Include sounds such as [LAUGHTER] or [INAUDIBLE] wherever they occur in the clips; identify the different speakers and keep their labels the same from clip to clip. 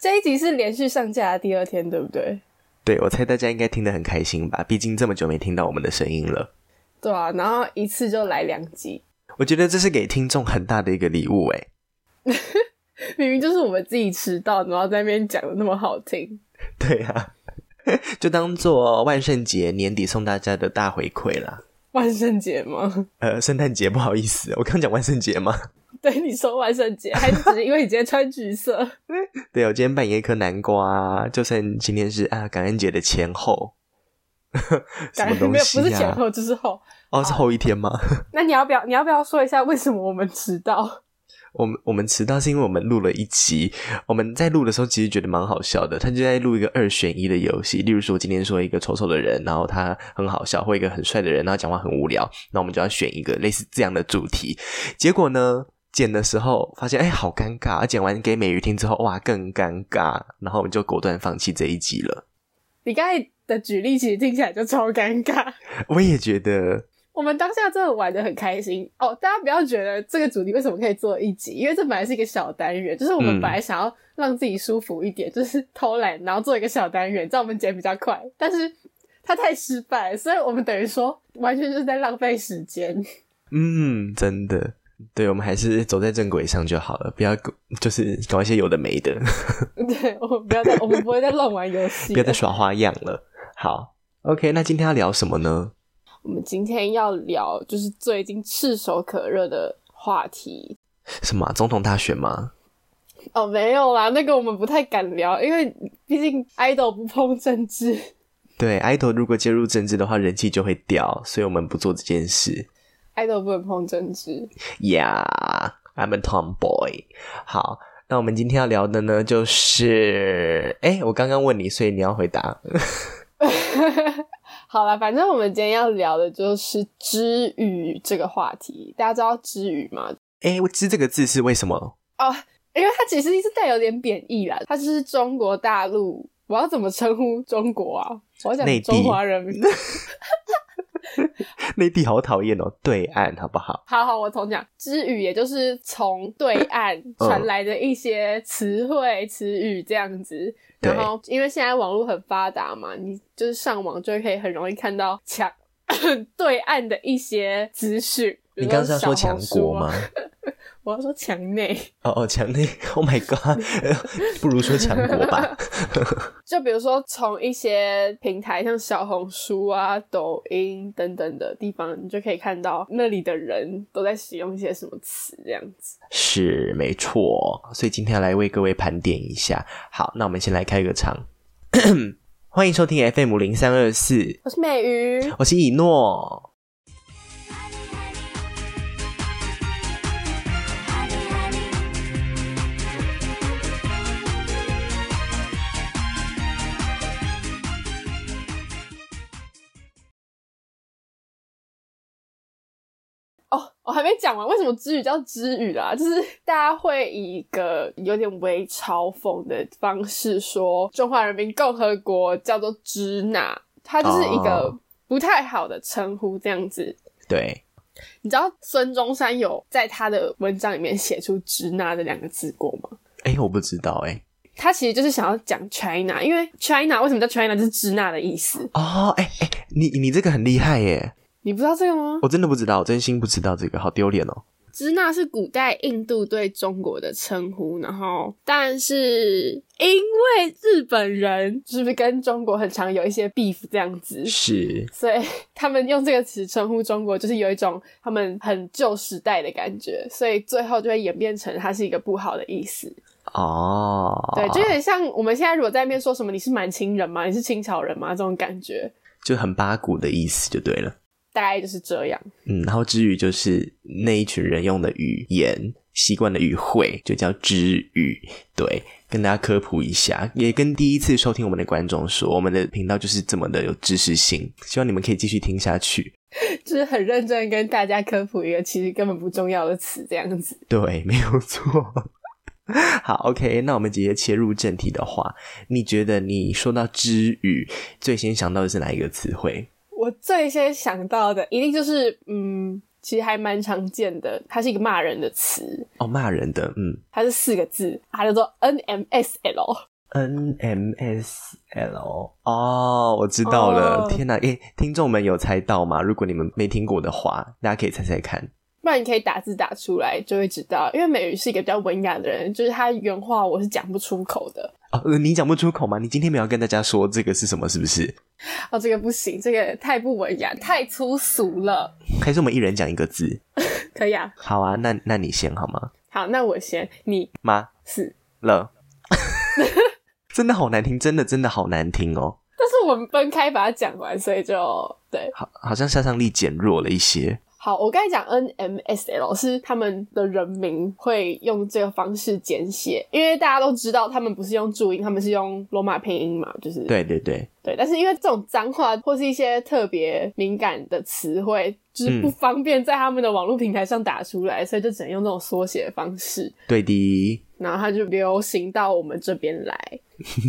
Speaker 1: 这一集是连续上架的第二天，对不对？
Speaker 2: 对，我猜大家应该听得很开心吧，毕竟这么久没听到我们的声音了。
Speaker 1: 对啊，然后一次就来两集，
Speaker 2: 我觉得这是给听众很大的一个礼物哎。
Speaker 1: 明明就是我们自己迟到，然后在那边讲的那么好听。
Speaker 2: 对啊， [LAUGHS] 就当做万圣节年底送大家的大回馈啦。
Speaker 1: 万圣节吗？ [LAUGHS]
Speaker 2: 呃，圣诞节不好意思，我刚讲万圣节吗？
Speaker 1: 对，你说万圣节，还是只是因为你今天穿橘
Speaker 2: [LAUGHS]
Speaker 1: 色？
Speaker 2: 对，我今天扮演一颗南瓜，就算今天是啊感恩节的前后， [LAUGHS] 什
Speaker 1: 感
Speaker 2: 么
Speaker 1: 觉
Speaker 2: 东
Speaker 1: 没有，
Speaker 2: 西啊
Speaker 1: 不是
Speaker 2: 呀、
Speaker 1: 前后就是后。
Speaker 2: 哦，是后一天吗？
Speaker 1: 那你要不要？你要不要说一下为什么我们迟到？
Speaker 2: 我们我们迟到是因为我们录了一集，我们在录的时候其实觉得蛮好笑的，他就在录一个二选一的游戏，例如说我今天说一个丑丑的人，然后他很好笑，或一个很帅的人，然后讲话很无聊，那我们就要选一个类似这样的主题。结果呢，剪的时候发现哎好尴尬，而剪完给美鱼听之后哇更尴尬，然后我们就果断放弃这一集了。
Speaker 1: 你刚才的举例其实听起来就超尴尬。
Speaker 2: 我也觉得，
Speaker 1: 我们当下真的玩的很开心哦。大家不要觉得这个主题为什么可以做一集，因为这本来是一个小单元，就是我们
Speaker 2: 嗯
Speaker 1: 本来想要让自己舒服一点，就是偷懒，然后做一个小单元，这样我们剪比较快。但是它太失败了，所以我们等于说完全就是在浪费时间。 [LAUGHS]
Speaker 2: 嗯，真的，对我们还是走在正轨上就好了，不要就是搞一些有的没的。
Speaker 1: 对，我们不要再，我们不会再乱玩游戏
Speaker 2: 不
Speaker 1: 了。
Speaker 2: 要再耍花样了。好，OK，那今天要聊什么呢？
Speaker 1: 我们今天要聊就是最近炙手可热的话题，
Speaker 2: 什么啊、总统大选吗？
Speaker 1: 哦，没有啦，那个我们不太敢聊，因为毕竟 idol 不碰政治。
Speaker 2: 对，idol 如果介入政治的话，人气就会掉，所以我们不做这件事。
Speaker 1: idol 不能碰政治，
Speaker 2: Yeah，I'm a tomboy。好，那我们今天要聊的呢，就是，哎，我刚刚问你，所以你要回答。
Speaker 1: [LAUGHS] 好啦，反正我们今天要聊的就是知语这个话题。大家知道知语吗？
Speaker 2: 哎，我知这个字是为什么？
Speaker 1: 哦，因为它其实是带有点贬义啦，它就是中国大陆，我要怎么称呼中国啊？我要
Speaker 2: 内
Speaker 1: 讲
Speaker 2: 地
Speaker 1: 中华人民。
Speaker 2: 内地好讨厌哦，对岸好不好？
Speaker 1: 好好，我重讲，知语也就是从对岸
Speaker 2: 嗯
Speaker 1: 传来的一些词汇、词语这样子。
Speaker 2: 对
Speaker 1: 然后，因为现在网络很发达嘛，你就是上网就可以很容易看到强 [COUGHS] 对岸的一些资讯。比
Speaker 2: 你
Speaker 1: 如
Speaker 2: 刚刚是要说
Speaker 1: 小
Speaker 2: 强
Speaker 1: 红书
Speaker 2: 国
Speaker 1: 啊
Speaker 2: 吗？？
Speaker 1: 我要说强内。
Speaker 2: 哦哦，强 [LAUGHS] 内，Oh my god，不如说强国吧。
Speaker 1: 就比如说从一些平台，像小红书啊、抖音等等的地方，你就可以看到那里的人都在使用一些什么词这样子。
Speaker 2: 是没错，所以今天要来为各位盘点一下。好，那我们先来开个场， [COUGHS] 欢迎收听 FM 零三二四，
Speaker 1: 我是美鱼，
Speaker 2: 我是以诺。
Speaker 1: 哦，我还没讲完，为什么知语叫知语啦？ [LAUGHS] 就是大家会以一个有点微嘲讽的方式说中华人民共和国叫做支那，它就是一个
Speaker 2: 哦
Speaker 1: 不太好的称呼这样子。
Speaker 2: 对，
Speaker 1: 你知道孙中山有在他的文章里面写出“支那”这两个字过吗？
Speaker 2: 哎，我不知道哎、
Speaker 1: 他其实就是想要讲 China，因为 China 为什么叫 China 就是支那的意思。
Speaker 2: 哦，哎哎，你你这个很厉害耶，
Speaker 1: 你不知道这个吗？
Speaker 2: 我真的不知道，我真心不知道这个，好丢脸哦。
Speaker 1: 支那是古代印度对中国的称呼，然后但是因为日本人是不是跟中国很常有一些 beef 这样子，
Speaker 2: 是，
Speaker 1: 所以他们用这个词称呼中国，就是有一种他们很旧时代的感觉，所以最后就会演变成它是一个不好的意思。
Speaker 2: 哦，
Speaker 1: 对，就有点像我们现在如果在那边说什么你是满清人吗？你是清朝人吗？这种感觉
Speaker 2: 就很八股的意思就对了。
Speaker 1: 大概就是这样。
Speaker 2: 嗯，然后之语就是那一群人用的语言习惯的语汇，就叫之语。对，跟大家科普一下，也跟第一次收听我们的观众说，我们的频道就是这么的有知识性，希望你们可以继续听下去。
Speaker 1: 就是很认真地跟大家科普一个其实根本不重要的词，这样子。
Speaker 2: 对， [LAUGHS] 没有错。好，OK，那我们直接切入正题的话，你觉得你说到之语，最先想到的是哪一个词汇？
Speaker 1: 我最先想到的一定就是，嗯，其实还蛮常见的，它是一个骂人的词，
Speaker 2: 哦，骂人的，嗯，
Speaker 1: 它是四个字，它叫做 NMSL。
Speaker 2: N M S L 哦，我知道了。
Speaker 1: 哦
Speaker 2: 天哪，诶，听众们有猜到吗？如果你们没听过的话，大家可以猜猜看。
Speaker 1: 不然你可以打字打出来就会知道，因为美语是一个比较文雅的人，就是他原话我是讲不出口的。
Speaker 2: 哦，呃你讲不出口吗？你今天没有要跟大家说这个是什么，是不是？
Speaker 1: 哦，这个不行，这个太不文雅，太粗俗了。
Speaker 2: 还是我们一人讲一个字？
Speaker 1: 可以啊，
Speaker 2: 好啊，那那你先好吗？
Speaker 1: 好，那我先，你
Speaker 2: 妈
Speaker 1: 是，
Speaker 2: 了， [LAUGHS] 真的好难听，真的真的好难听哦，
Speaker 1: 但是我们分开把它讲完，所以就对。
Speaker 2: 好，好像杀伤力减弱了一些。
Speaker 1: 好，我刚才讲 N M S L 是他们的人名会用这个方式简写，因为大家都知道他们不是用注音，他们是用罗马拼音嘛，就是
Speaker 2: 对对对，
Speaker 1: 对，但是因为这种脏话或是一些特别敏感的词汇，就是
Speaker 2: 嗯
Speaker 1: 不方便在他们的网络平台上打出来，所以就只能用这种缩写的方式，
Speaker 2: 对的。
Speaker 1: 然后它就流行到我们这边来。
Speaker 2: [LAUGHS]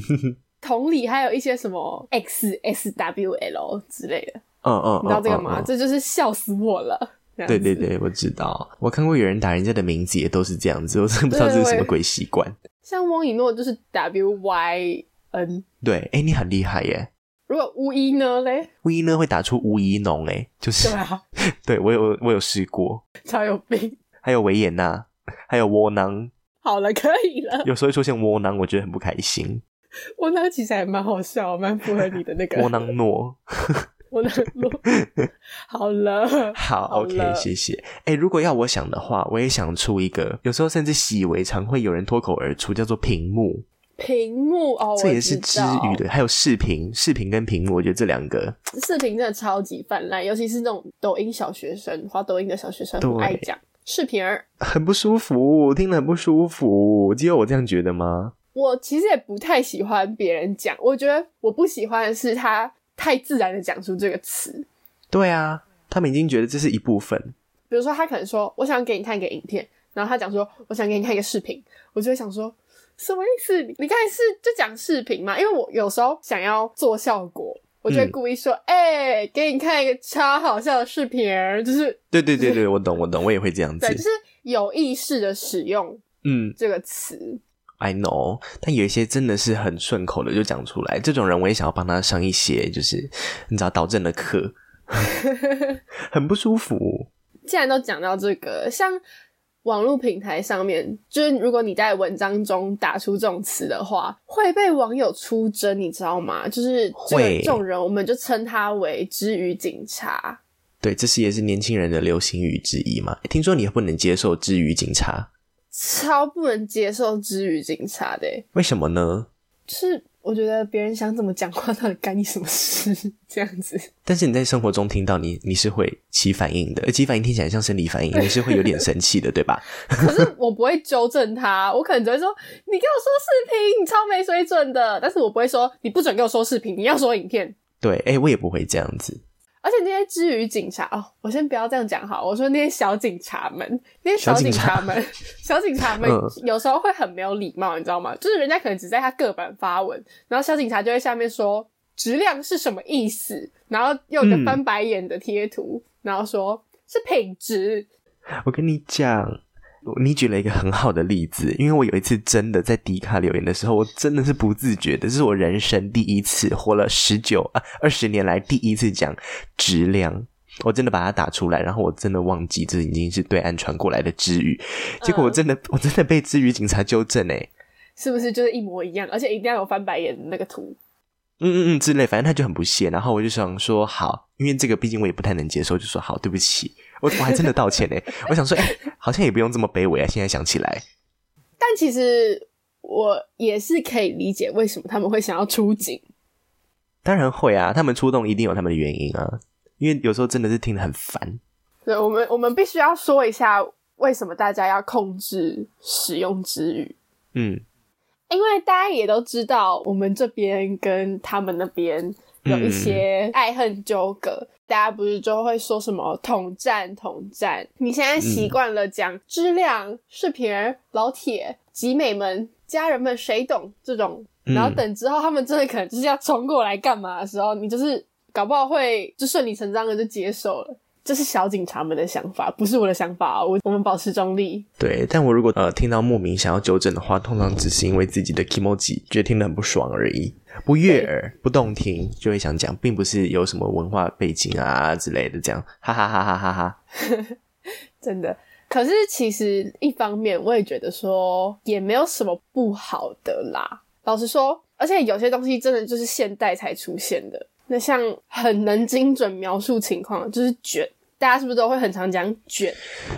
Speaker 1: 同理，还有一些什么 X S W L 之类的，
Speaker 2: 嗯嗯，
Speaker 1: 你知道这个
Speaker 2: 嗯
Speaker 1: 吗？
Speaker 2: 嗯嗯
Speaker 1: 这就是笑死我了。这样
Speaker 2: 对对
Speaker 1: 子
Speaker 2: 对，我知道，我看过有人打人家的名字也都是这样子，我真的不知道这是什么鬼习惯。
Speaker 1: 像翁以诺就是 W Y N，
Speaker 2: 对，哎、你很厉害耶！
Speaker 1: 如果巫医呢嘞？
Speaker 2: 乌一呢会打出吴一农，哎，就是
Speaker 1: 对啊，
Speaker 2: 对我有我有试过，
Speaker 1: 超有病。
Speaker 2: 还有维也纳，还有窝囊，
Speaker 1: 好了，可以了。
Speaker 2: 有时候会出现窝囊，我觉得很不开心。
Speaker 1: 我那其实还蛮好笑，蛮符合你的那个 [LAUGHS]
Speaker 2: 窝囊诺，
Speaker 1: 我的路。好了，
Speaker 2: 好
Speaker 1: 好
Speaker 2: o
Speaker 1: 了
Speaker 2: k 谢谢。哎、如果要我想的话，我也想出一个，有时候甚至习以为常，会有人脱口而出，叫做屏幕，
Speaker 1: 屏幕哦，
Speaker 2: 这
Speaker 1: 我
Speaker 2: 也是
Speaker 1: 知
Speaker 2: 知
Speaker 1: 道
Speaker 2: 语。的，还有视频，视频跟屏幕，我觉得这两个
Speaker 1: 视频真的超级泛滥，尤其是那种抖音小学生，滑抖音的小学生
Speaker 2: 对
Speaker 1: 很爱讲视频儿。
Speaker 2: 很不舒服，听了很不舒服。只有我这样觉得吗？
Speaker 1: 我其实也不太喜欢别人讲，我觉得我不喜欢的是他太自然的讲出这个词。
Speaker 2: 对啊，他们已经觉得这是一部分。
Speaker 1: 比如说他可能说我想给你看一个影片，然后他讲说我想给你看一个视频，我就会想说什么意思？你你刚才是就讲视频嘛？因为我有时候想要做效果，我就会
Speaker 2: 嗯
Speaker 1: 故意说，哎、给你看一个超好笑的视频儿， [LAUGHS] 就是
Speaker 2: 对对对对，我懂我懂，我也会这样子
Speaker 1: 对，就。是有意识的使用
Speaker 2: [LAUGHS] 嗯
Speaker 1: 这个词。
Speaker 2: ，I know，但有一些真的是很顺口的就讲出来，这种人我也想要帮他上一些，就是你知道导正的课， [LAUGHS] 很不舒服。
Speaker 1: 既然都讲到这个，像网络平台上面，就是如果你在文章中打出这种词的话，会被网友出征，你知道吗？就是这个
Speaker 2: 会
Speaker 1: 这种人，我们就称他为“之语警察
Speaker 2: 对，这是也是年轻人的流行语之一嘛。听说你不能接受之于警察，”，
Speaker 1: 超不能接受“之语警察”的欸、
Speaker 2: 为什么呢？
Speaker 1: 就是我觉得别人想怎么讲话，到底干你什么事？这样子，
Speaker 2: 但是你在生活中听到你，你是会起反应的，而呃起反应听起来像生理反应，你是会有点生气的，对吧？
Speaker 1: 可是我不会纠正他，我可能只会说你给我说视频，你超没水准的。但是我不会说你不准给我说视频，你要说影片。
Speaker 2: 对，哎、我也不会这样子。
Speaker 1: 而且那些之余警察哦，我先不要这样讲好，我说那些小警察们，那些小警察们， [LAUGHS] 小警察们
Speaker 2: 嗯
Speaker 1: 有时候会很没有礼貌，你知道吗？就是人家可能只在他个版发文，然后小警察就会下面说质量是什么意思，然后用一个
Speaker 2: 嗯
Speaker 1: 翻白眼的贴图，然后说是品质，
Speaker 2: 我跟你讲，你举了一个很好的例子，因为我有一次真的在迪卡留言的时候，我真的是不自觉的，这是我人生第一次，活了十九啊二十年来第一次讲质量。我真的把它打出来，然后我真的忘记这已经是对岸传过来的之语，结果我真的、我真的被之语警察纠正哎，
Speaker 1: 是不是就是一模一样？而且一定要有翻白眼的那个图。
Speaker 2: 嗯嗯嗯之类，反正他就很不屑，然后我就想说好，因为这个毕竟我也不太能接受，就说好，对不起，我我还真的道歉哎， [LAUGHS] 我想说哎、好像也不用这么卑微啊，现在想起来，
Speaker 1: 但其实我也是可以理解为什么他们会想要出警。
Speaker 2: 当然会啊，他们出动一定有他们的原因啊，因为有时候真的是听得很烦。
Speaker 1: 对我们，我们必须要说一下为什么大家要控制使用之语，
Speaker 2: 嗯，
Speaker 1: 因为大家也都知道，我们这边跟他们那边有一些爱恨纠葛。大家不是就会说什么统战统战？你现在习惯了讲质量、视频儿、老铁、集美们、家人们，谁懂这种？
Speaker 2: 嗯
Speaker 1: 然后等之后他们真的可能就是要冲过来干嘛的时候，你就是搞不好会就顺理成章的就接受了。这是小警察们的想法，不是我的想法哦。我我们保持中立。
Speaker 2: 对，但我如果呃听到莫名想要纠正的话，通常只是因为自己的 emoji 觉得听得很不爽而已，不悦耳、不动听，就会想讲，并不是有什么文化背景啊之类的，这样，哈哈哈哈哈哈。
Speaker 1: 真的。可是其实一方面，我也觉得说也没有什么不好的啦。老实说，而且有些东西真的就是现代才出现的。那像很能精准描述情况，就是卷，大家是不是都会很常讲卷？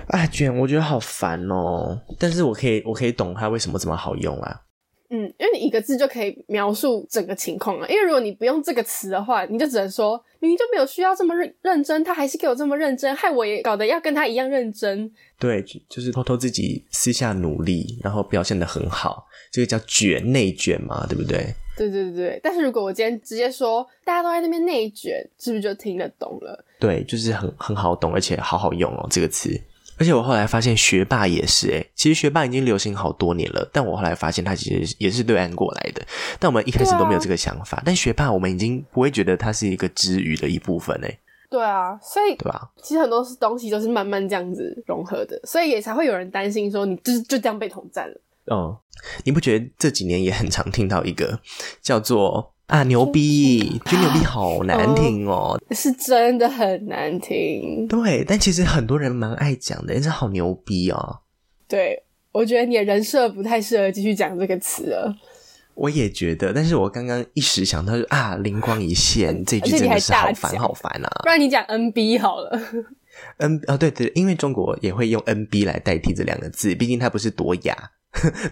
Speaker 2: 哎，卷，我觉得好烦哦。但是我可以，我可以懂它为什么这么好用啊。
Speaker 1: 嗯，因为你一个字就可以描述整个情况啊了。因为如果你不用这个词的话，你就只能说明明就没有需要这么认认真，他还是给我这么认真，害我也搞得要跟他一样认真。
Speaker 2: 对，就就是偷偷自己私下努力，然后表现的很好，这个叫卷内卷嘛，对不对？
Speaker 1: 对对对对，但是如果我今天直接说大家都在那边内卷，是不是就听得懂了？
Speaker 2: 对，就是很很好懂，而且好好用哦这个词。而且我后来发现学霸也是诶、其实学霸已经流行好多年了，但我后来发现它其实也是对岸过来的。但我们一开始都没有这个想法，但学霸我们已经不会觉得它是一个之余的一部分诶、
Speaker 1: 对啊，所以
Speaker 2: 对吧？
Speaker 1: 其实很多东西都是慢慢这样子融合的，所以也才会有人担心说你就是就这样被统战了。
Speaker 2: 哦，你不觉得这几年也很常听到一个叫做啊牛逼，觉得
Speaker 1: [LAUGHS]
Speaker 2: 牛逼好难听哦，
Speaker 1: 是真的很难听。
Speaker 2: 对，但其实很多人蛮爱讲的，这好牛逼哦！
Speaker 1: 对，我觉得你的人设不太适合继续讲这个词了，
Speaker 2: 我也觉得，但是我刚刚一时想到就啊，灵光一
Speaker 1: [LAUGHS]
Speaker 2: 现，这
Speaker 1: 而且
Speaker 2: 句
Speaker 1: 你
Speaker 2: 真
Speaker 1: 还
Speaker 2: 的是好
Speaker 1: 大
Speaker 2: 烦
Speaker 1: 讲
Speaker 2: 好烦啊！
Speaker 1: 不然你讲 NB 好了。
Speaker 2: N 啊，对对，因为中国也会用 NB 来代替这两个字，毕竟它不是多 [LAUGHS] 雅。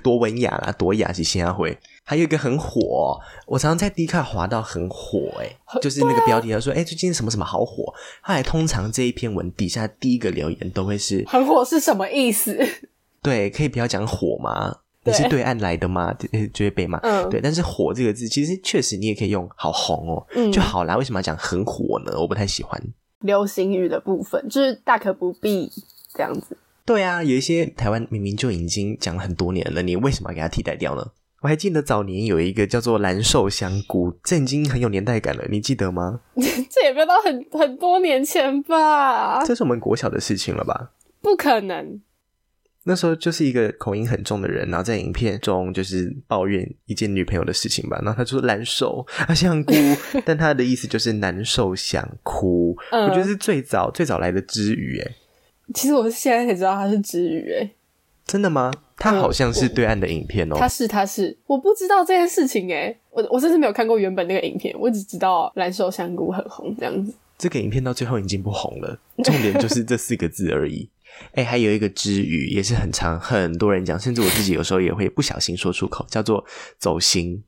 Speaker 2: 多文雅啦，多雅是新加会。还有一个很火，我常常在 D 卡滑到很火、欸，就是那个标题，他说，哎、最近什么什么好火。后来通常这一篇文底下第一个留言都会是，
Speaker 1: 很火是什么意思？
Speaker 2: 对，可以不要讲火吗？你
Speaker 1: 对
Speaker 2: 是对岸来的吗？就呃就会被骂。
Speaker 1: 嗯
Speaker 2: 对，但是火这个字，其实确实你也可以用好红哦，
Speaker 1: 嗯
Speaker 2: 就好啦。为什么要讲很火呢？我不太喜欢。
Speaker 1: 流行语的部分就是大可不必这样子。
Speaker 2: 对啊，有一些台湾明明就已经讲了很多年了，你为什么要给它替代掉呢？我还记得早年有一个叫做蓝瘦香菇，这已经很有年代感了，你记得吗？
Speaker 1: 这也不要到很很多年前吧？
Speaker 2: 这是我们国小的事情了吧？
Speaker 1: 不可能。
Speaker 2: 那时候就是一个口音很重的人，然后在影片中就是抱怨一件女朋友的事情吧。然后他说难受啊香
Speaker 1: [LAUGHS]
Speaker 2: 菇，但他的意思就是难受想哭。
Speaker 1: 嗯
Speaker 2: 我觉得是最早最早来的之语，哎，
Speaker 1: 其实我是现在才知道它是之语、欸，
Speaker 2: 真的吗？他好像是对岸的影片哦。
Speaker 1: 嗯他是他是，我不知道这件事情哎、我我甚至没有看过原本那个影片，我只知道蓝瘦香菇很红这样子。
Speaker 2: 这个影片到最后已经不红了，重点就是这四个字而已。哎，还有一个之语也是很常很多人讲，甚至我自己有时候也会不小心说出口，叫做走心。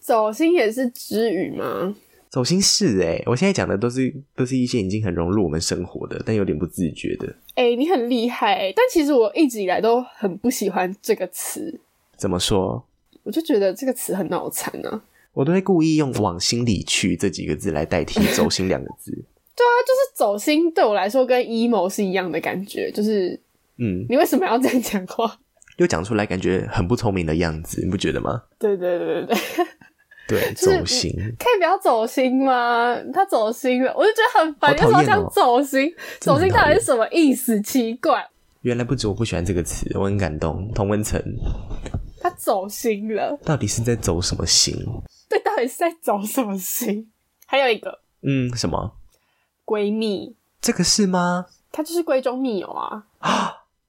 Speaker 1: 走心也是之语吗？
Speaker 2: 走心是哎、我现在讲的都是都是一些已经很融入我们生活的，但有点不自觉的。
Speaker 1: 哎、你很厉害、欸，但其实我一直以来都很不喜欢这个词，
Speaker 2: 怎么说？
Speaker 1: 我就觉得这个词很脑残啊。
Speaker 2: 我都会故意用“往心里去”这几个字来代替“走心”两个字。
Speaker 1: 就是走心对我来说跟 emo 是一样的感觉，就是
Speaker 2: 嗯，
Speaker 1: 你为什么要这样讲话？ [LAUGHS]
Speaker 2: 又讲出来感觉很不聪明的样子，你不觉得吗？
Speaker 1: 对对对对对，
Speaker 2: 对，
Speaker 1: 就是
Speaker 2: 走心，
Speaker 1: 可以不要走心吗？他走心了，我就觉得很烦。
Speaker 2: 好讨
Speaker 1: 有时候
Speaker 2: 厌哦
Speaker 1: 讲走心，
Speaker 2: 真的
Speaker 1: 走
Speaker 2: 很
Speaker 1: 心
Speaker 2: 讨
Speaker 1: 到底
Speaker 2: 厌
Speaker 1: 是什么意思？奇怪，
Speaker 2: 原来不止我不喜欢这个词，我很感动。童文层
Speaker 1: 他走心了，
Speaker 2: 到底是在走什么心？
Speaker 1: 对，到底是在走什么心？还有一个
Speaker 2: 嗯，什么？
Speaker 1: 闺蜜，
Speaker 2: 这个是吗？
Speaker 1: 她就是闺中密友
Speaker 2: [GASPS]
Speaker 1: 啊。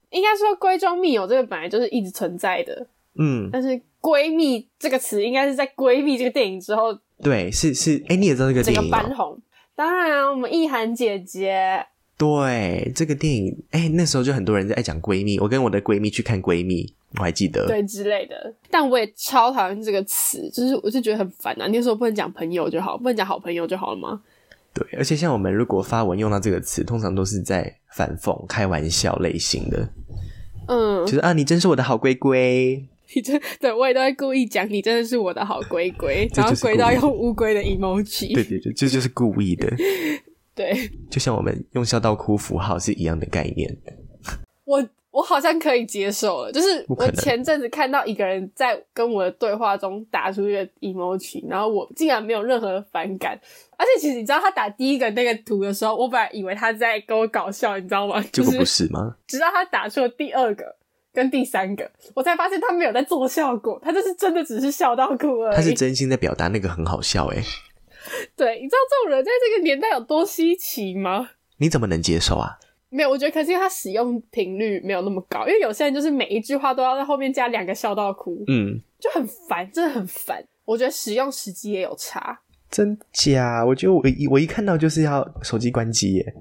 Speaker 1: 应该说闺中密友这个本来就是一直存在的，
Speaker 2: 嗯，
Speaker 1: 但是闺蜜这个词应该是在闺蜜这个电影之后
Speaker 2: 对，是是，哎、你也知道这个
Speaker 1: 整
Speaker 2: 电
Speaker 1: 个
Speaker 2: 影、
Speaker 1: 翻
Speaker 2: 哦？
Speaker 1: 红。当然、啊，我们意涵姐姐，
Speaker 2: 对，这个电影，哎、那时候就很多人在讲闺蜜，我跟我的闺蜜去看闺蜜，我还记得。
Speaker 1: 对之类的。但我也超讨厌这个词，就是我就觉得很烦啊。你有时候不能讲朋友就好，不能讲好朋友就好了吗？
Speaker 2: 对，而且像我们如果发文用到这个词，通常都是在反讽、开玩笑类型的，
Speaker 1: 嗯
Speaker 2: 就，是啊，你真是我的好龟龟。
Speaker 1: [LAUGHS] 你真对我也都会故意讲，你真的是我的好龟龟，
Speaker 2: [LAUGHS] 这
Speaker 1: 然后
Speaker 2: 就是
Speaker 1: 龟到
Speaker 2: 故意
Speaker 1: 用乌龟的 emoji。
Speaker 2: 对对对，这就是故意的，
Speaker 1: 对
Speaker 2: 就像我们用笑到哭符号是一样的概念。
Speaker 1: 我。我好像可以接受了。就是
Speaker 2: 不可
Speaker 1: 我
Speaker 2: 能
Speaker 1: 前阵子看到一个人在跟我的对话中打出一个 emoji，然后我竟然没有任何的反感。而且其实你知道，他打第一个那个图的时候，我本来以为他在跟我搞笑，你知道吗？
Speaker 2: 结
Speaker 1: 就
Speaker 2: 果不
Speaker 1: 是，
Speaker 2: 是吗？
Speaker 1: 直到他打出了第二个跟第三个，我才发现他没有在做效果，他就是真的只是笑到哭而已。
Speaker 2: 他是真心在表达那个很好笑哎诶、
Speaker 1: 对，你知道这种人在这个年代有多稀奇吗？
Speaker 2: 你怎么能接受啊？
Speaker 1: 没有，我觉得可是因为他使用频率没有那么高，因为有些人就是每一句话都要在后面加两个笑到哭，
Speaker 2: 嗯，
Speaker 1: 就很烦，真的很烦。我觉得使用时机也有差，
Speaker 2: 真假？我觉得我一我一看到就是要手机关机耶、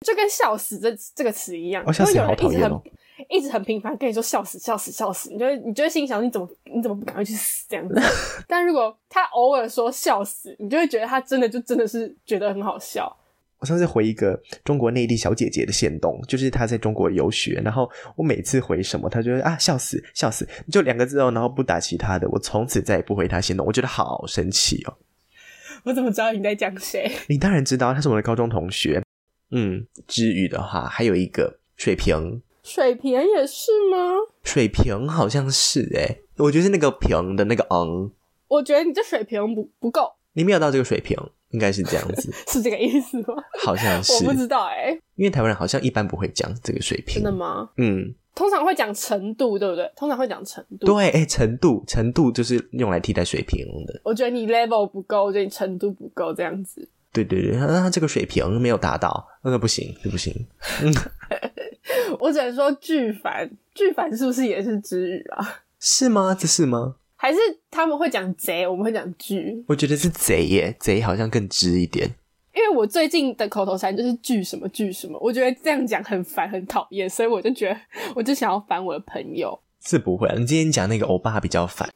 Speaker 1: 就跟“笑死这”这个词一样，
Speaker 2: 哦笑死
Speaker 1: 因为有人一直
Speaker 2: 好讨厌
Speaker 1: 很、
Speaker 2: 哦
Speaker 1: 一直很频繁跟你说“笑死，笑死，笑死”，你就会你就会心想你怎么你怎么不赶快去死这样
Speaker 2: [LAUGHS]
Speaker 1: 子。但如果他偶尔说“笑死”，你就会觉得他真的就真的是觉得很好笑。
Speaker 2: 我上次回一个中国内地小姐姐的线动，就是她在中国游学，然后我每次回什么，她就会啊笑死笑死，就两个字哦，然后不打其他的，我从此再也不回她线动，我觉得好生气哦。
Speaker 1: 我怎么知道你在讲谁？
Speaker 2: 你当然知道她是我的高中同学，嗯，至于的话还有一个水瓶，
Speaker 1: 水瓶也是吗？
Speaker 2: 水瓶好像是诶、我觉得是那个瓶的那个嗯，
Speaker 1: 我觉得你这水平不不够，
Speaker 2: 你没有到这个水平，应该是这样子，
Speaker 1: 是这个意思吗？
Speaker 2: 好像是
Speaker 1: [LAUGHS] 我，不知道哎、
Speaker 2: 因为台湾人好像一般不会讲这个水平，
Speaker 1: 真的吗？
Speaker 2: 嗯。
Speaker 1: 通常会讲程度，对不对？通常会讲程度。，
Speaker 2: 对，哎、程度程度就是用来替代水平的。
Speaker 1: 我觉得你 level 不够，我觉得你程度不够，这样子。
Speaker 2: 对对对，那他这个水平没有达到，那个不行，这不行。
Speaker 1: 我只能说巨凡，巨凡是不是也是之语啊？ [LAUGHS]
Speaker 2: 是吗？这是吗？
Speaker 1: 还是他们会讲贼，我们会讲巨？
Speaker 2: 我觉得是贼耶，贼好像更知一点。
Speaker 1: 因为我最近的口头禅就是巨什么巨什么，我觉得这样讲很烦很讨厌，所以我就觉得我就想要烦我的朋友。
Speaker 2: 是不会、啊，你今天讲那个欧巴比
Speaker 1: [LAUGHS]
Speaker 2: 较烦，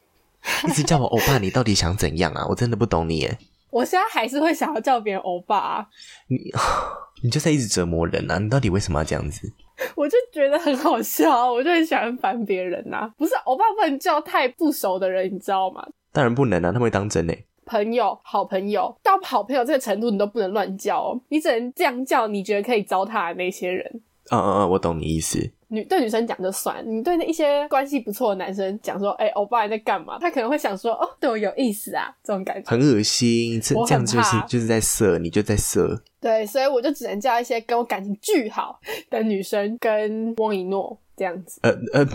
Speaker 2: 一直叫我欧巴，你到底想怎样啊？我真的不懂你耶，
Speaker 1: 我现在还是会想要叫别人欧巴、啊，
Speaker 2: 你 [SIGHS] 你就在一直折磨人啊！你到底为什么要这样子？
Speaker 1: 我就觉得很好笑啊，我就很喜欢烦别人呐、不是欧巴不能叫太不熟的人，你知道吗？
Speaker 2: 当然不能啊，他们会当真呢。
Speaker 1: 朋友、好朋友到好朋友这个程度，你都不能乱叫哦，你只能这样叫你觉得可以糟蹋的那些人。
Speaker 2: 嗯嗯嗯，我懂你意思。
Speaker 1: 女对女生讲就算，你对那一些关系不错的男生讲说，哎、欧巴你在干嘛？他可能会想说，哦，对我有意思啊，这种感觉。
Speaker 2: 很恶心，这
Speaker 1: 我
Speaker 2: 这样
Speaker 1: 很
Speaker 2: 就是
Speaker 1: 怕
Speaker 2: 就是在色，你就在色。
Speaker 1: 对，所以我就只能叫一些跟我感情巨好的女生跟翁一诺这样子。
Speaker 2: 呃呃，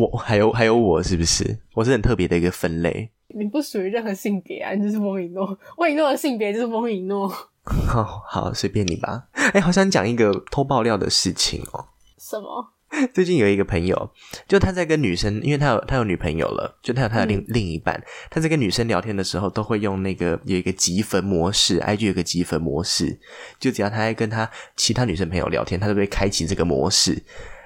Speaker 2: 我还有还有我是不是？我是很特别的一个分类。
Speaker 1: 你不属于任何性别啊，你就是翁一诺。翁一诺的性别就是翁一诺。
Speaker 2: 好哦好，随便你吧。哎、好想讲一个偷爆料的事情哦。
Speaker 1: 什么？
Speaker 2: 最近有一个朋友，就他在跟女生，因为他有他有女朋友了，就他有他的另、另一半，他在跟女生聊天的时候，都会用那个有一个积分模式，IG 有个积分模式，就只要他在跟他其他女生朋友聊天，他都会开启这个模式。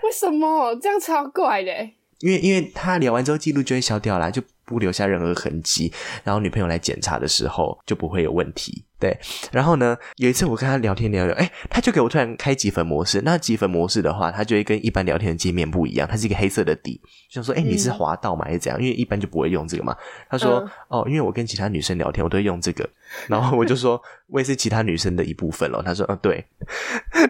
Speaker 1: 为什么这样超怪的？欸
Speaker 2: 因为因为他聊完之后记录就会消掉啦，就不留下任何痕迹，然后女朋友来检查的时候就不会有问题。对，然后呢，有一次我跟他聊天聊聊，哎，他就给我突然开积分模式。那积分模式的话，它就会跟一般聊天的界面不一样，它是一个黑色的底。就想说，哎，你是
Speaker 1: 嗯
Speaker 2: 滑道吗？还是怎样？因为一般就不会用这个嘛。他说，
Speaker 1: 嗯
Speaker 2: 哦，因为我跟其他女生聊天，我都会用这个。然后我就说，我也是其他女生的一部分咯。他说，嗯、对， [LAUGHS]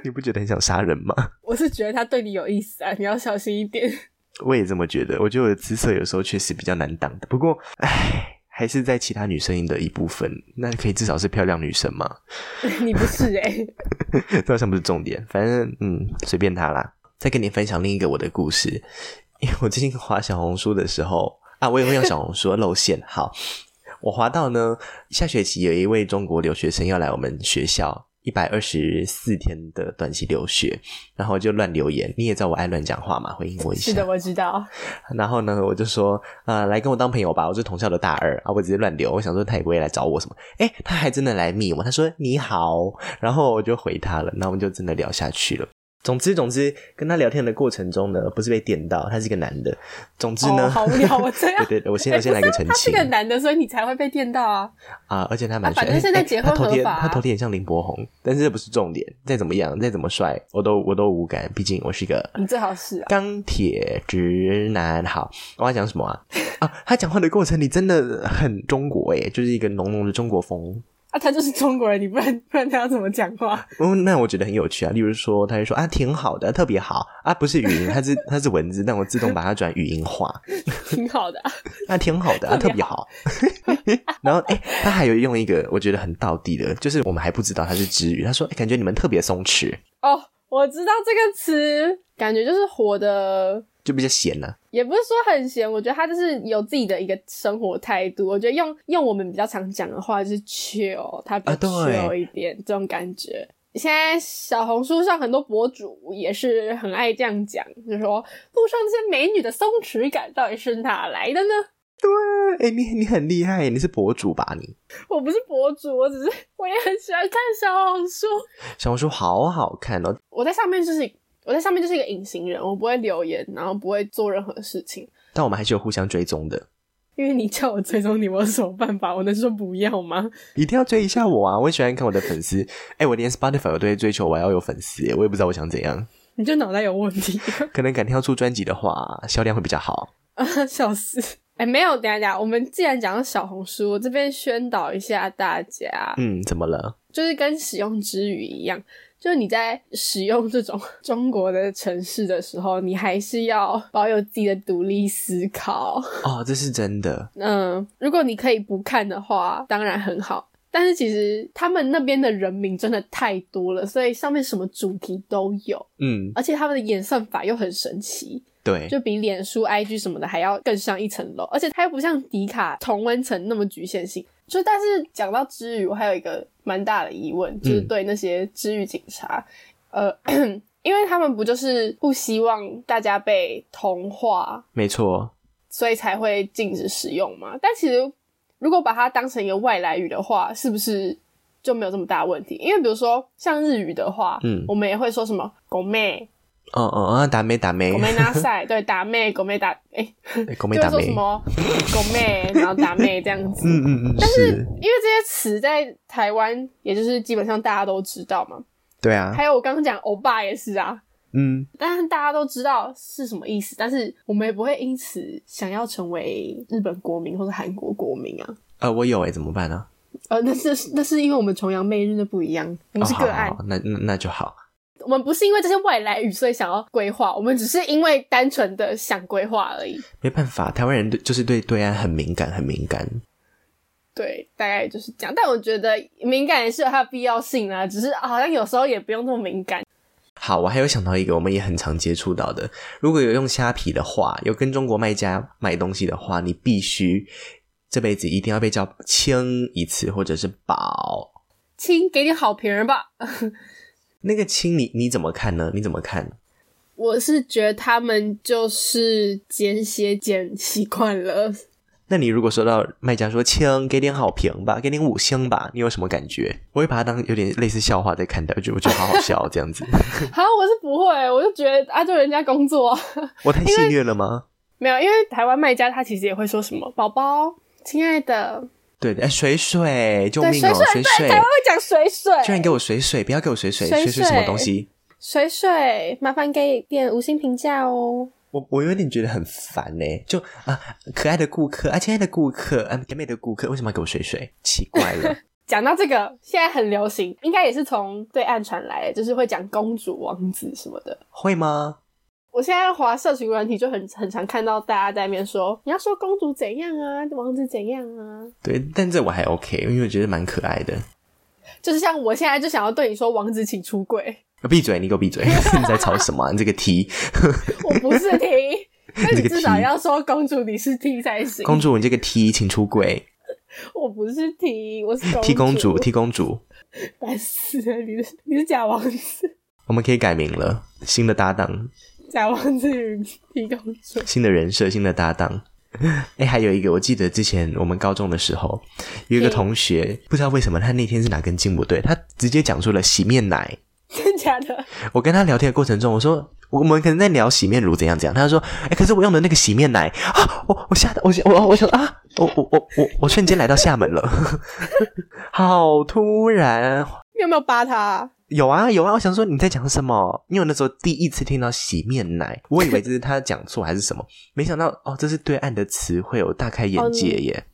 Speaker 2: 你不觉得很想杀人吗？
Speaker 1: 我是觉得他对你有意思啊，你要小心一点。 [LAUGHS]
Speaker 2: 我也这么觉得，我觉得我的姿色有时候确实比较难挡的。不过，唉，还是在其他女生的一部分，那可以至少是漂亮女生嘛。 [LAUGHS]
Speaker 1: 你不是哎、
Speaker 2: 这好像不是重点，反正嗯，随便她啦。再跟你分享另一个我的故事，因为我最近滑小红书的时候啊，我也会用小红书露馅。好，我滑到呢，下学期有一位中国留学生要来我们学校。一百二十四天的短期留学，然后我就乱留言，你也知道我爱乱讲话嘛，回应我一下。
Speaker 1: [LAUGHS] 是的，我知道。
Speaker 2: 然后呢，我就说，呃，来跟我当朋友吧，我是同校的大二啊，我直接乱留，我想说他也不会来找我什么，诶，他还真的来密我，他说你好，然后我就回他了，那我们就真的聊下去了。总之，总之，跟他聊天的过程中呢，不是被电到，他是一个男的。总之呢，
Speaker 1: 哦，好无聊，我这样。
Speaker 2: [LAUGHS] 对对对，我先
Speaker 1: 哎
Speaker 2: 我先来一个澄
Speaker 1: 不是
Speaker 2: 清
Speaker 1: 啊他是个男的，所以你才会被电到啊！
Speaker 2: 啊、而且他蛮
Speaker 1: 啊
Speaker 2: 帅，
Speaker 1: 反正
Speaker 2: 哎
Speaker 1: 现在
Speaker 2: 哎
Speaker 1: 结婚
Speaker 2: 他头
Speaker 1: 合
Speaker 2: 贴
Speaker 1: 法啊
Speaker 2: 他头贴很像林柏宏，但是这不是重点。再怎么样，再怎么帅，我都我都无感，毕竟我是一个
Speaker 1: 你最好是啊，
Speaker 2: 钢铁直男，好，我要讲 [LAUGHS] 欸什么啊？啊，他讲话的过程里真的很中国诶，就是一个浓浓的中国风。
Speaker 1: 啊，他就是中国人，你不然不然他要怎么讲
Speaker 2: [LAUGHS]
Speaker 1: 话？
Speaker 2: 嗯，那我觉得很有趣啊。例如说，他就说啊，挺好的，特别好啊，不是语音， [LAUGHS] 它是它是文字，但我自动把它转语音化，
Speaker 1: 挺好的啊、
Speaker 2: 那、挺好的啊，特
Speaker 1: 特
Speaker 2: 别
Speaker 1: 别
Speaker 2: 好。 [LAUGHS] 然后哎、他还有用一个我觉得很道地的，就是我们还不知道它是直语，他说、哎感觉你们特别松弛，
Speaker 1: 哦，我知道这个词，感觉就是活的，
Speaker 2: 就比较闲啊呢、
Speaker 1: 也不是说很闲，我觉得他就是有自己的一个生活态度。我觉得用用我们比较常讲的话就是 chill，他比较
Speaker 2: 啊对
Speaker 1: chill 一点、这种感觉。现在小红书上很多博主也是很爱这样讲，就说路上这些美女的松弛感到底是哪来的呢？
Speaker 2: 哎、你你很厉害，你是博主吧？你
Speaker 1: 我不是博主，我只是我也很喜欢看小红书，
Speaker 2: 小红书好好看哦，
Speaker 1: 我在上面就是我在上面就是一个隐形人，我不会留言，然后不会做任何事情，
Speaker 2: 但我们还是有互相追踪的，
Speaker 1: 因为你叫我追踪你，我有什么办法？我能说不要吗？
Speaker 2: 一定要追一下我啊！我很喜欢看我的粉丝， [LAUGHS] 哎、我连 Spotify 我都会追求啊我要有粉丝耶，我也不知道我想怎样， [LAUGHS]
Speaker 1: 你就脑袋有问题，, [LAUGHS]
Speaker 2: 可能改天要出专辑的话，销量会比较好。
Speaker 1: 啊，笑死！哎、没有，等一下等一下，我们既然讲到小红书，我这边宣导一下大家，
Speaker 2: 嗯，怎么了？
Speaker 1: 就是跟使用之语一样，就是你在使用这种中国的城市的时候，你还是要保有自己的独立思考。
Speaker 2: 哦，这是真的，
Speaker 1: 嗯，如果你可以不看的话，当然很好。但是其实他们那边的人民真的太多了，所以上面什么主题都有，
Speaker 2: 嗯，
Speaker 1: 而且他们的演算法又很神奇，
Speaker 2: 对，
Speaker 1: 就比脸书、IG 什么的还要更上一层楼。而且它又不像迪卡同温层那么局限性。就但是讲到知语，我还有一个蛮大的疑问，就是对那些知语警察，呃， [CLEARS THROAT] 因为他们不就是不希望大家被同化
Speaker 2: 没错，
Speaker 1: 所以才会禁止使用嘛。但其实如果把它当成一个外来语的话，是不是就没有这么大问题？因为比如说像日语的话，
Speaker 2: 嗯
Speaker 1: 我们也会说什么“狗妹
Speaker 2: 哦哦啊，打妹
Speaker 1: [LAUGHS]
Speaker 2: 打”“妹
Speaker 1: 狗，妹拉
Speaker 2: [LAUGHS]
Speaker 1: 塞”，对，打妹、狗妹打，哎、
Speaker 2: 狗妹
Speaker 1: 就会
Speaker 2: 打
Speaker 1: 说
Speaker 2: 妹
Speaker 1: 什，么“狗妹”，然后打妹这样子。
Speaker 2: 嗯嗯嗯，是，
Speaker 1: 因为这些词在台湾，也就是基本上大家都知道嘛。
Speaker 2: 对啊，
Speaker 1: 还有我刚刚讲“欧巴”也是啊，
Speaker 2: 嗯，
Speaker 1: 但是大家都知道是什么意思，但是我们也不会因此想要成为日本国民或者韩国国民啊。
Speaker 2: 呃，我有哎、怎么办呢、
Speaker 1: 呃，那是那是因为我们崇洋媚日的不一样，我
Speaker 2: 哦
Speaker 1: 们是
Speaker 2: 好
Speaker 1: 个案，
Speaker 2: 好好那那那就好。
Speaker 1: 我们不是因为这些外来语所以想要规划，我们只是因为单纯的想规划而已。
Speaker 2: 没办法，台湾人对就是对对岸很敏感，很敏感。
Speaker 1: 对，大概就是这样。但我觉得敏感也是有它的必要性啊，只是好像有时候也不用那么敏感。
Speaker 2: 好，我还有想到一个我们也很常接触到的，如果有用虾皮的话，有跟中国卖家买东西的话，你必须这辈子一定要被叫“亲”一次，或者是“宝
Speaker 1: 亲，给点好评儿吧。”。 [LAUGHS]
Speaker 2: 那个“亲”你你怎么看呢？你怎么看？
Speaker 1: 我是觉得他们就是简写简习惯了， [LAUGHS]
Speaker 2: 那你如果收到卖家说“亲”，给点好评吧，给点五星吧，你有什么感觉？我会把它当有点类似笑话在看待，我觉得我觉得好好笑哦这
Speaker 1: [LAUGHS]
Speaker 2: 样子。
Speaker 1: 好，我是不会，我就觉得啊，就人家工作、 [LAUGHS] 啊、
Speaker 2: 我太戏虐了吗？
Speaker 1: 没有，因为台湾卖家他其实也会说什么“宝宝”“亲爱的
Speaker 2: 对的，哎，水水，”，救
Speaker 1: 对，
Speaker 2: 命
Speaker 1: 水
Speaker 2: 哦，
Speaker 1: 水，对，
Speaker 2: 水水
Speaker 1: 台湾，会讲水水，
Speaker 2: 居然给我水水，不要给我水水，
Speaker 1: 水
Speaker 2: 水水什么
Speaker 1: 水
Speaker 2: 东西？
Speaker 1: 水水，麻烦给点五星评价哦。
Speaker 2: 我我有点觉得很烦呢、就啊，可爱的顾客啊，亲爱的顾客，啊，甜美的顾客，为什么要给我水水？奇怪 [LAUGHS] 了，
Speaker 1: 讲到这个，现在很流行，应该也是从对岸传来，就是会讲公主、王子什么的。
Speaker 2: 会吗？
Speaker 1: 我现在滑社群软体就很很常看到大家在那边说，你要说公主怎样啊，王子怎样啊，
Speaker 2: 对，但这我还 OK，因为我觉得蛮可爱的。
Speaker 1: 就是像我现在就想要对你说，王子请出柜，
Speaker 2: 啊闭嘴！你给我闭 [LAUGHS] 嘴！你在吵什么啊、你这个 T
Speaker 1: 我不是
Speaker 2: [LAUGHS]
Speaker 1: T，那
Speaker 2: 这
Speaker 1: 你
Speaker 2: 个
Speaker 1: 至少
Speaker 2: T
Speaker 1: 要说公主你是 T 才行。
Speaker 2: 公主，你这个 T，请出柜。
Speaker 1: 我不是 T，我是
Speaker 2: T 公主
Speaker 1: 主
Speaker 2: ，T 公主，
Speaker 1: 烦死了！你是你是假王子，
Speaker 2: 我们可以改名了，新的搭档，
Speaker 1: 假王子与 T 公主。
Speaker 2: 新的人设，新的搭档。 [LAUGHS] 哎、还有一个，我记得之前我们高中的时候，有一个
Speaker 1: 嗯
Speaker 2: 同学，不知道为什么他那天是哪根筋不对，他直接讲出了洗面奶。
Speaker 1: 真假的？
Speaker 2: 我跟他聊天的过程中，我说我们可能在聊洗面乳怎样怎样，他就说，哎、可是我用的那个洗面奶啊，我我吓得我我我想啊，我我我我我瞬间来到厦门了， [LAUGHS] 好突然。
Speaker 1: 你有没有扒他、
Speaker 2: 有啊有啊，我想说你在讲什么？因为我那时候第一次听到洗面奶，我 [LAUGHS] 以为这是他讲错还是什么，没想到哦，这是对岸的词汇，我大开眼界耶。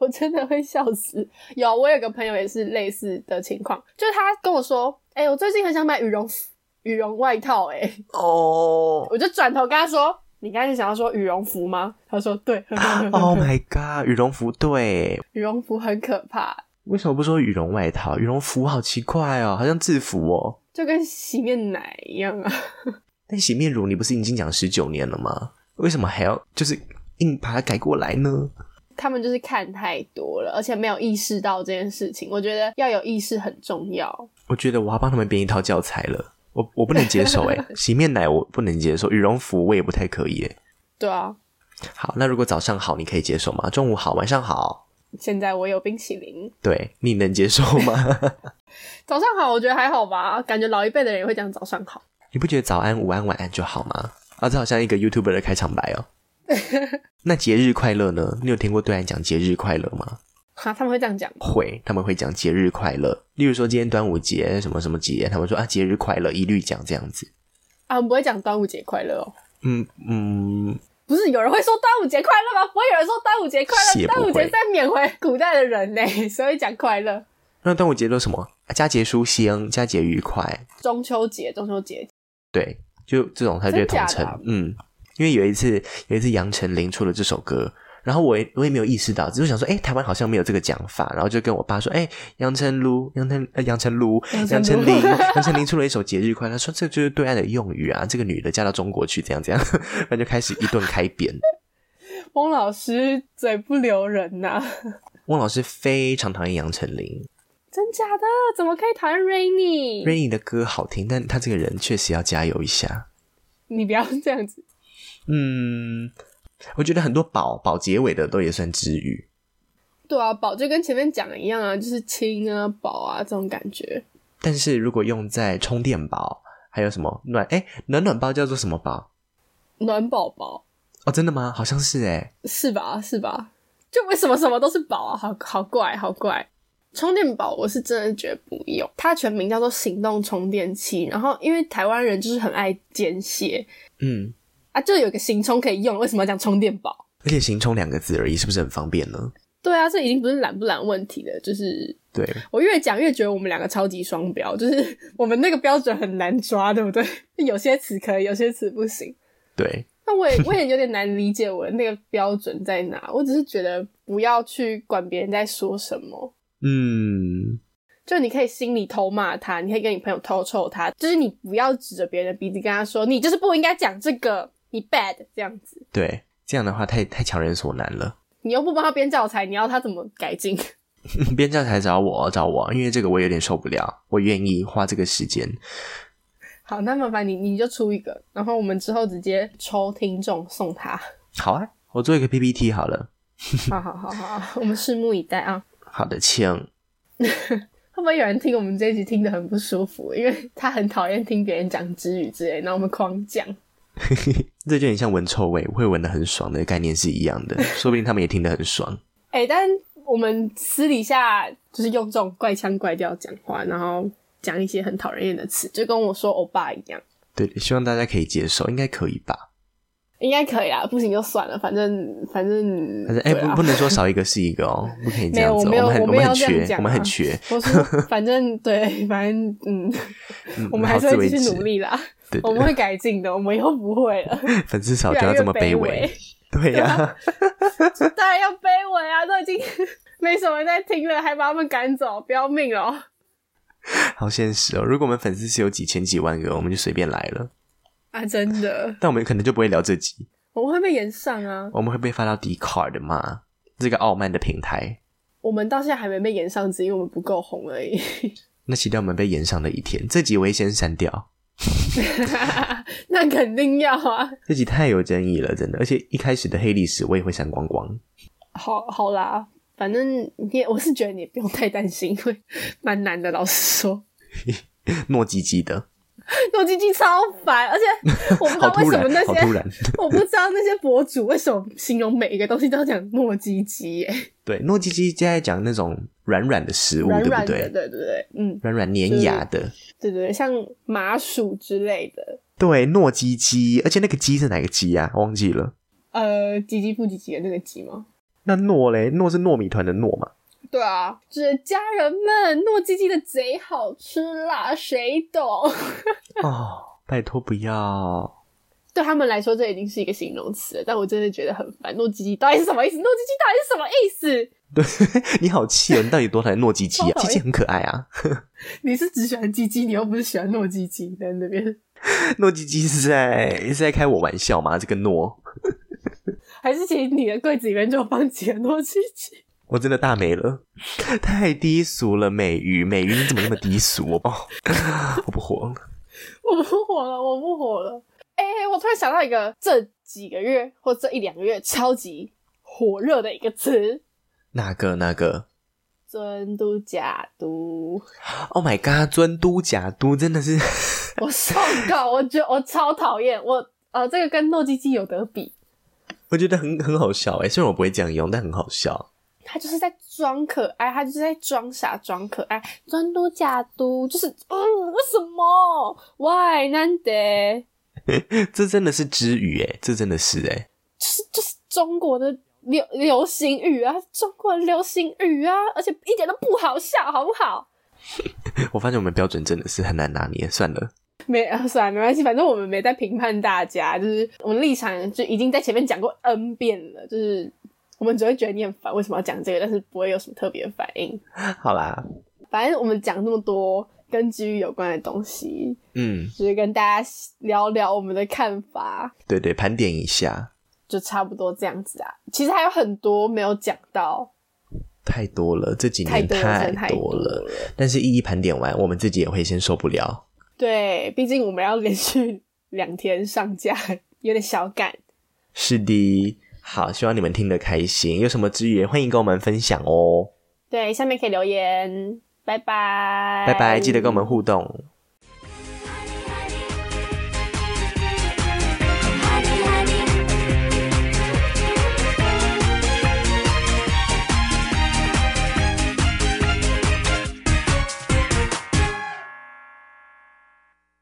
Speaker 1: 我真的会笑死。有，我有个朋友也是类似的情况，就是他跟我说：“哎、我最近很想买羽绒服羽绒外套。”哎，
Speaker 2: 哦
Speaker 1: 我就转头跟他说：“你刚才想要说羽绒服吗？”他说：“对，
Speaker 2: [LAUGHS] ，Oh my god，羽绒服对，
Speaker 1: 羽绒服很可怕，
Speaker 2: 为什么不说羽绒外套？羽绒服好奇怪哦，好像制服哦。
Speaker 1: 就跟洗面奶一样啊。
Speaker 2: 但洗面乳你不是已经讲十九年了吗？为什么还要就是硬把它改过来呢？
Speaker 1: 他们就是看太多了，而且没有意识到这件事情。我觉得要有意识很重要。
Speaker 2: 我觉得我要帮他们编一套教材了。我我不能接受哎、洗面奶我不能接受，羽绒服我也不太可以哎、
Speaker 1: 对啊，
Speaker 2: 好，那如果早上好，你可以接受吗？中午好，晚上好，
Speaker 1: 现在我有冰淇淋。
Speaker 2: 对你能接受吗？ [LAUGHS]
Speaker 1: 早上好，我觉得还好吧，感觉老一辈的人也会讲早上好。
Speaker 2: 你不觉得早安、午安、晚安就好吗？啊，这好像一个 YouTuber 的开场白哦。那节日快乐呢？你有听过对岸讲节日快乐吗？
Speaker 1: 哈，他们会这样讲吗？
Speaker 2: 会，他们会讲节日快乐。例如说今天端午节什么什么节，他们说啊节日快乐，一律讲这样子。
Speaker 1: 啊，我们不会讲端午节快乐哦。
Speaker 2: 嗯嗯，
Speaker 1: 不是有人会说端午节快乐吗？不会有人说端午节快
Speaker 2: 是
Speaker 1: 乐，
Speaker 2: 也不
Speaker 1: 端
Speaker 2: 会
Speaker 1: 午节在缅怀古代的人呢， [LAUGHS] 所以讲快乐。
Speaker 2: 那端午节都什么？啊佳节书香，佳节愉快，
Speaker 1: 中秋节，中秋节，
Speaker 2: 对，就这种他就会
Speaker 1: 真
Speaker 2: 统
Speaker 1: 假的
Speaker 2: 称，
Speaker 1: 啊
Speaker 2: 嗯，因为有一次有一次杨丞琳出了这首歌，然后我也我也没有意识到，只是想说，哎、台湾好像没有这个讲法，然后就跟我爸说，哎、杨丞琳，杨丞呃杨丞琳，
Speaker 1: 杨丞
Speaker 2: 杨丞
Speaker 1: 琳
Speaker 2: 琳，杨丞琳出了一首节日快乐，他说这就是对岸的用语啊，这个女的嫁到中国去，怎样怎 [LAUGHS] 样，然后就开始一顿开扁。
Speaker 1: 翁老师嘴不留人呐、
Speaker 2: 翁老师非常讨厌杨丞琳
Speaker 1: 真假的？怎么可以讨厌 Rainy？
Speaker 2: ，Rainy 的歌好听，但他这个人确实要加油一下。
Speaker 1: 你不要这样子。
Speaker 2: 嗯，我觉得很多宝宝结尾的都也算治愈。
Speaker 1: 对啊，宝就跟前面讲的一样啊，就是亲啊、宝啊这种感觉。
Speaker 2: 但是如果用在充电宝，还有什么暖哎、暖暖包叫做什么包？
Speaker 1: 暖宝宝
Speaker 2: 哦，真的吗？好像是哎、
Speaker 1: 是吧？是吧？就为什么什么都是宝啊？好好怪，好怪。充电宝我是真的觉得不用，它全名叫做行动充电器。然后因为台湾人就是很爱简写
Speaker 2: 嗯，
Speaker 1: 啊，就有个行充可以用，为什么要讲充电宝？
Speaker 2: 而且“行充”两个字而已，是不是很方便呢？
Speaker 1: 对啊，这已经不是懒不懒问题了，就是
Speaker 2: 对，
Speaker 1: 我越讲越觉得我们两个超级双标，就是我们那个标准很难抓，对不对？ [LAUGHS] 有些词可以，有些词不行。
Speaker 2: 对，
Speaker 1: 那我也我也有点难理解我的那个标准在哪。我只是觉得不要去管别人在说什么，
Speaker 2: 嗯，
Speaker 1: 就你可以心里偷骂他，你可以跟你朋友偷臭他，就是你不要指着别人的鼻子跟他说，你就是不应该讲这个，你 bad 这样子。
Speaker 2: 对，这样的话太太强人所难了。 [LAUGHS]
Speaker 1: 你又不帮他编教材，你要他怎么改进？ [LAUGHS]
Speaker 2: 编教材找我找我，因为这个我有点受不了，我愿意花这个时间。
Speaker 1: 好，那麻烦你你就出一个，然后我们之后直接抽听众送他。 [LAUGHS]
Speaker 2: 好啊，我做一个 PPT 好了。
Speaker 1: 好好好好，我们拭目以待啊！
Speaker 2: 好的，请。
Speaker 1: 会不会有人听我们这一集听得很不舒服？因为他很讨厌听别人讲知语之类，然后我们狂讲。
Speaker 2: [LAUGHS] 这就很像闻臭味，会闻的很爽的概念是一样 [LAUGHS] 的，说不定他们也听得很爽。
Speaker 1: 哎、但我们私底下就是用这种怪腔怪调讲话，然后讲一些很讨人厌的词，就跟我说欧巴一样，
Speaker 2: 对，希望大家可以接受，应该可以吧？
Speaker 1: 应该可以啦。不行就算了，反正反正
Speaker 2: 反正哎，
Speaker 1: 对啊
Speaker 2: 不不能说少一个是一个 [LAUGHS] 哦，不可以这
Speaker 1: 没有
Speaker 2: 样子哦。
Speaker 1: 我没有
Speaker 2: 们很
Speaker 1: 我
Speaker 2: 我
Speaker 1: 没有
Speaker 2: 们很
Speaker 1: 这样
Speaker 2: 缺，
Speaker 1: 讲
Speaker 2: 我们很
Speaker 1: 啊 [LAUGHS]
Speaker 2: 缺，
Speaker 1: 我说反正对，反正嗯，
Speaker 2: 嗯
Speaker 1: 我们还
Speaker 2: 好
Speaker 1: 是
Speaker 2: 自
Speaker 1: 会
Speaker 2: 为
Speaker 1: 继续
Speaker 2: 之
Speaker 1: 努。力啦，
Speaker 2: 对，对
Speaker 1: 我们会改进的，我们以后不会了， [LAUGHS]
Speaker 2: 粉丝少
Speaker 1: 越
Speaker 2: 就要
Speaker 1: 来越
Speaker 2: 这么
Speaker 1: 卑
Speaker 2: 微，
Speaker 1: [LAUGHS]
Speaker 2: 对呀，
Speaker 1: 当然要卑微啊，都已经 [LAUGHS] 没什么人在听了，还把他们赶走，不要命了哦。
Speaker 2: 好现实哦。如果我们粉丝是有几千几万个，我们就随便来了，
Speaker 1: 啊，真的，
Speaker 2: 但我们可能就不会聊这集，
Speaker 1: 我们会被延上啊！
Speaker 2: 我们会被发到 d c a r d 嘛，这个傲慢的平台。
Speaker 1: 我们到现在还没被延上，只因为我们不够红而已。
Speaker 2: 那期待我们被延上的一天，这集我会先删掉，
Speaker 1: [LAUGHS] 那肯定要啊！
Speaker 2: 这集太有争议了，真的。而且一开始的黑历史我也会删光光。
Speaker 1: 好好啦，反正你也，我是觉得你也不用太担心，因为蛮难的。老实说，
Speaker 2: 糯叽叽的，
Speaker 1: 诺基基超烦，而且
Speaker 2: [LAUGHS]
Speaker 1: 我不知
Speaker 2: 好
Speaker 1: 道为
Speaker 2: 突
Speaker 1: 什
Speaker 2: 然
Speaker 1: 么那，
Speaker 2: 好突
Speaker 1: 些，
Speaker 2: 然。 [LAUGHS]
Speaker 1: 我不知道那些博主为什么形容每一个东西都要讲诺基基耶，
Speaker 2: 对，糯叽叽现在讲那种软软的食物，
Speaker 1: 软
Speaker 2: 对
Speaker 1: 软
Speaker 2: 不
Speaker 1: 的，
Speaker 2: 对
Speaker 1: 对？对对，嗯，
Speaker 2: 软软粘牙的，
Speaker 1: 对对对，像麻薯之类的，
Speaker 2: 对，糯叽叽，而且那个鸡是哪个鸡啊？忘记了。
Speaker 1: 呃，唧唧不唧唧的那个唧吗？
Speaker 2: 那糯嘞，糯是糯米团的
Speaker 1: [LAUGHS]
Speaker 2: 糯嘛？
Speaker 1: 对啊，就是家人们，糯叽叽的贼好吃啦，谁懂？
Speaker 2: 哦，拜托不要。 [LAUGHS]
Speaker 1: 对他们来说，这已经是一个形容词了，但我真的觉得很烦。糯叽叽到底是什么意思？糯叽叽到底是什么意思？
Speaker 2: 你好气哦！你到底多讨厌糯叽叽啊？
Speaker 1: [LAUGHS] 超讨
Speaker 2: 叽
Speaker 1: 厌
Speaker 2: 叽很可爱啊。 [LAUGHS]
Speaker 1: 你是只喜欢鸡鸡，你又不是喜欢糯叽叽，在那边
Speaker 2: 糯叽叽是在是在开我玩笑吗？这个糯，
Speaker 1: [LAUGHS] 还是其实你的柜子里面就放几个糯叽叽？
Speaker 2: 我真的大美了，太低俗了。美鱼，美鱼你怎么那么低俗？哦， [LAUGHS] 我不活了。
Speaker 1: 我不火了，我不火了。哎、我突然想到一个这几个月或这一两个月超级火热的一个词
Speaker 2: 哪个哪个
Speaker 1: ——尊嘟假嘟。
Speaker 2: ？Oh my god！尊嘟假嘟真的是
Speaker 1: 我受够，我觉得我超讨厌我呃，这个跟糯叽叽有得比，
Speaker 2: 我觉得很很好笑哎、虽然我不会这样用，但很好笑。
Speaker 1: 他就是在装可爱，他就是在装傻装可爱，装嘟假嘟，就是嗯，为什么？Why？难得，
Speaker 2: 这真的是知语哎、这真的是哎、
Speaker 1: 就是就是中国的流流行语啊，中国的流行语啊，而且一点都不好笑，好不好？
Speaker 2: 我发现我们标准真的是很难拿捏。算了，
Speaker 1: 没 [LAUGHS] 啊，算了，没关系，反正我们没在评判大家，就是我们立场就已经在前面讲过 N 遍了，就是我们只会觉得你很烦，为什么要讲这个，但是不会有什么特别的反应。
Speaker 2: 好啦，
Speaker 1: 反正我们讲这么多跟治愈有关的东西，
Speaker 2: 嗯，
Speaker 1: 就是跟大家聊聊我们的看法，
Speaker 2: 对对，盘点一下，
Speaker 1: 就差不多这样子啊。其实还有很多没有讲到，
Speaker 2: 太多了，这几
Speaker 1: 太
Speaker 2: 年
Speaker 1: 多了，真的太
Speaker 2: 太多了。
Speaker 1: 了。
Speaker 2: 但是一一盘点完，我们自己也会先受不了。
Speaker 1: 对，毕竟我们要连续两天上架，有点小赶。
Speaker 2: 是的，好，希望你们听得开心。有什么资源，欢迎跟我们分享哦。
Speaker 1: 对，下面可以留言，拜拜，
Speaker 2: 拜拜，记得跟我们互动。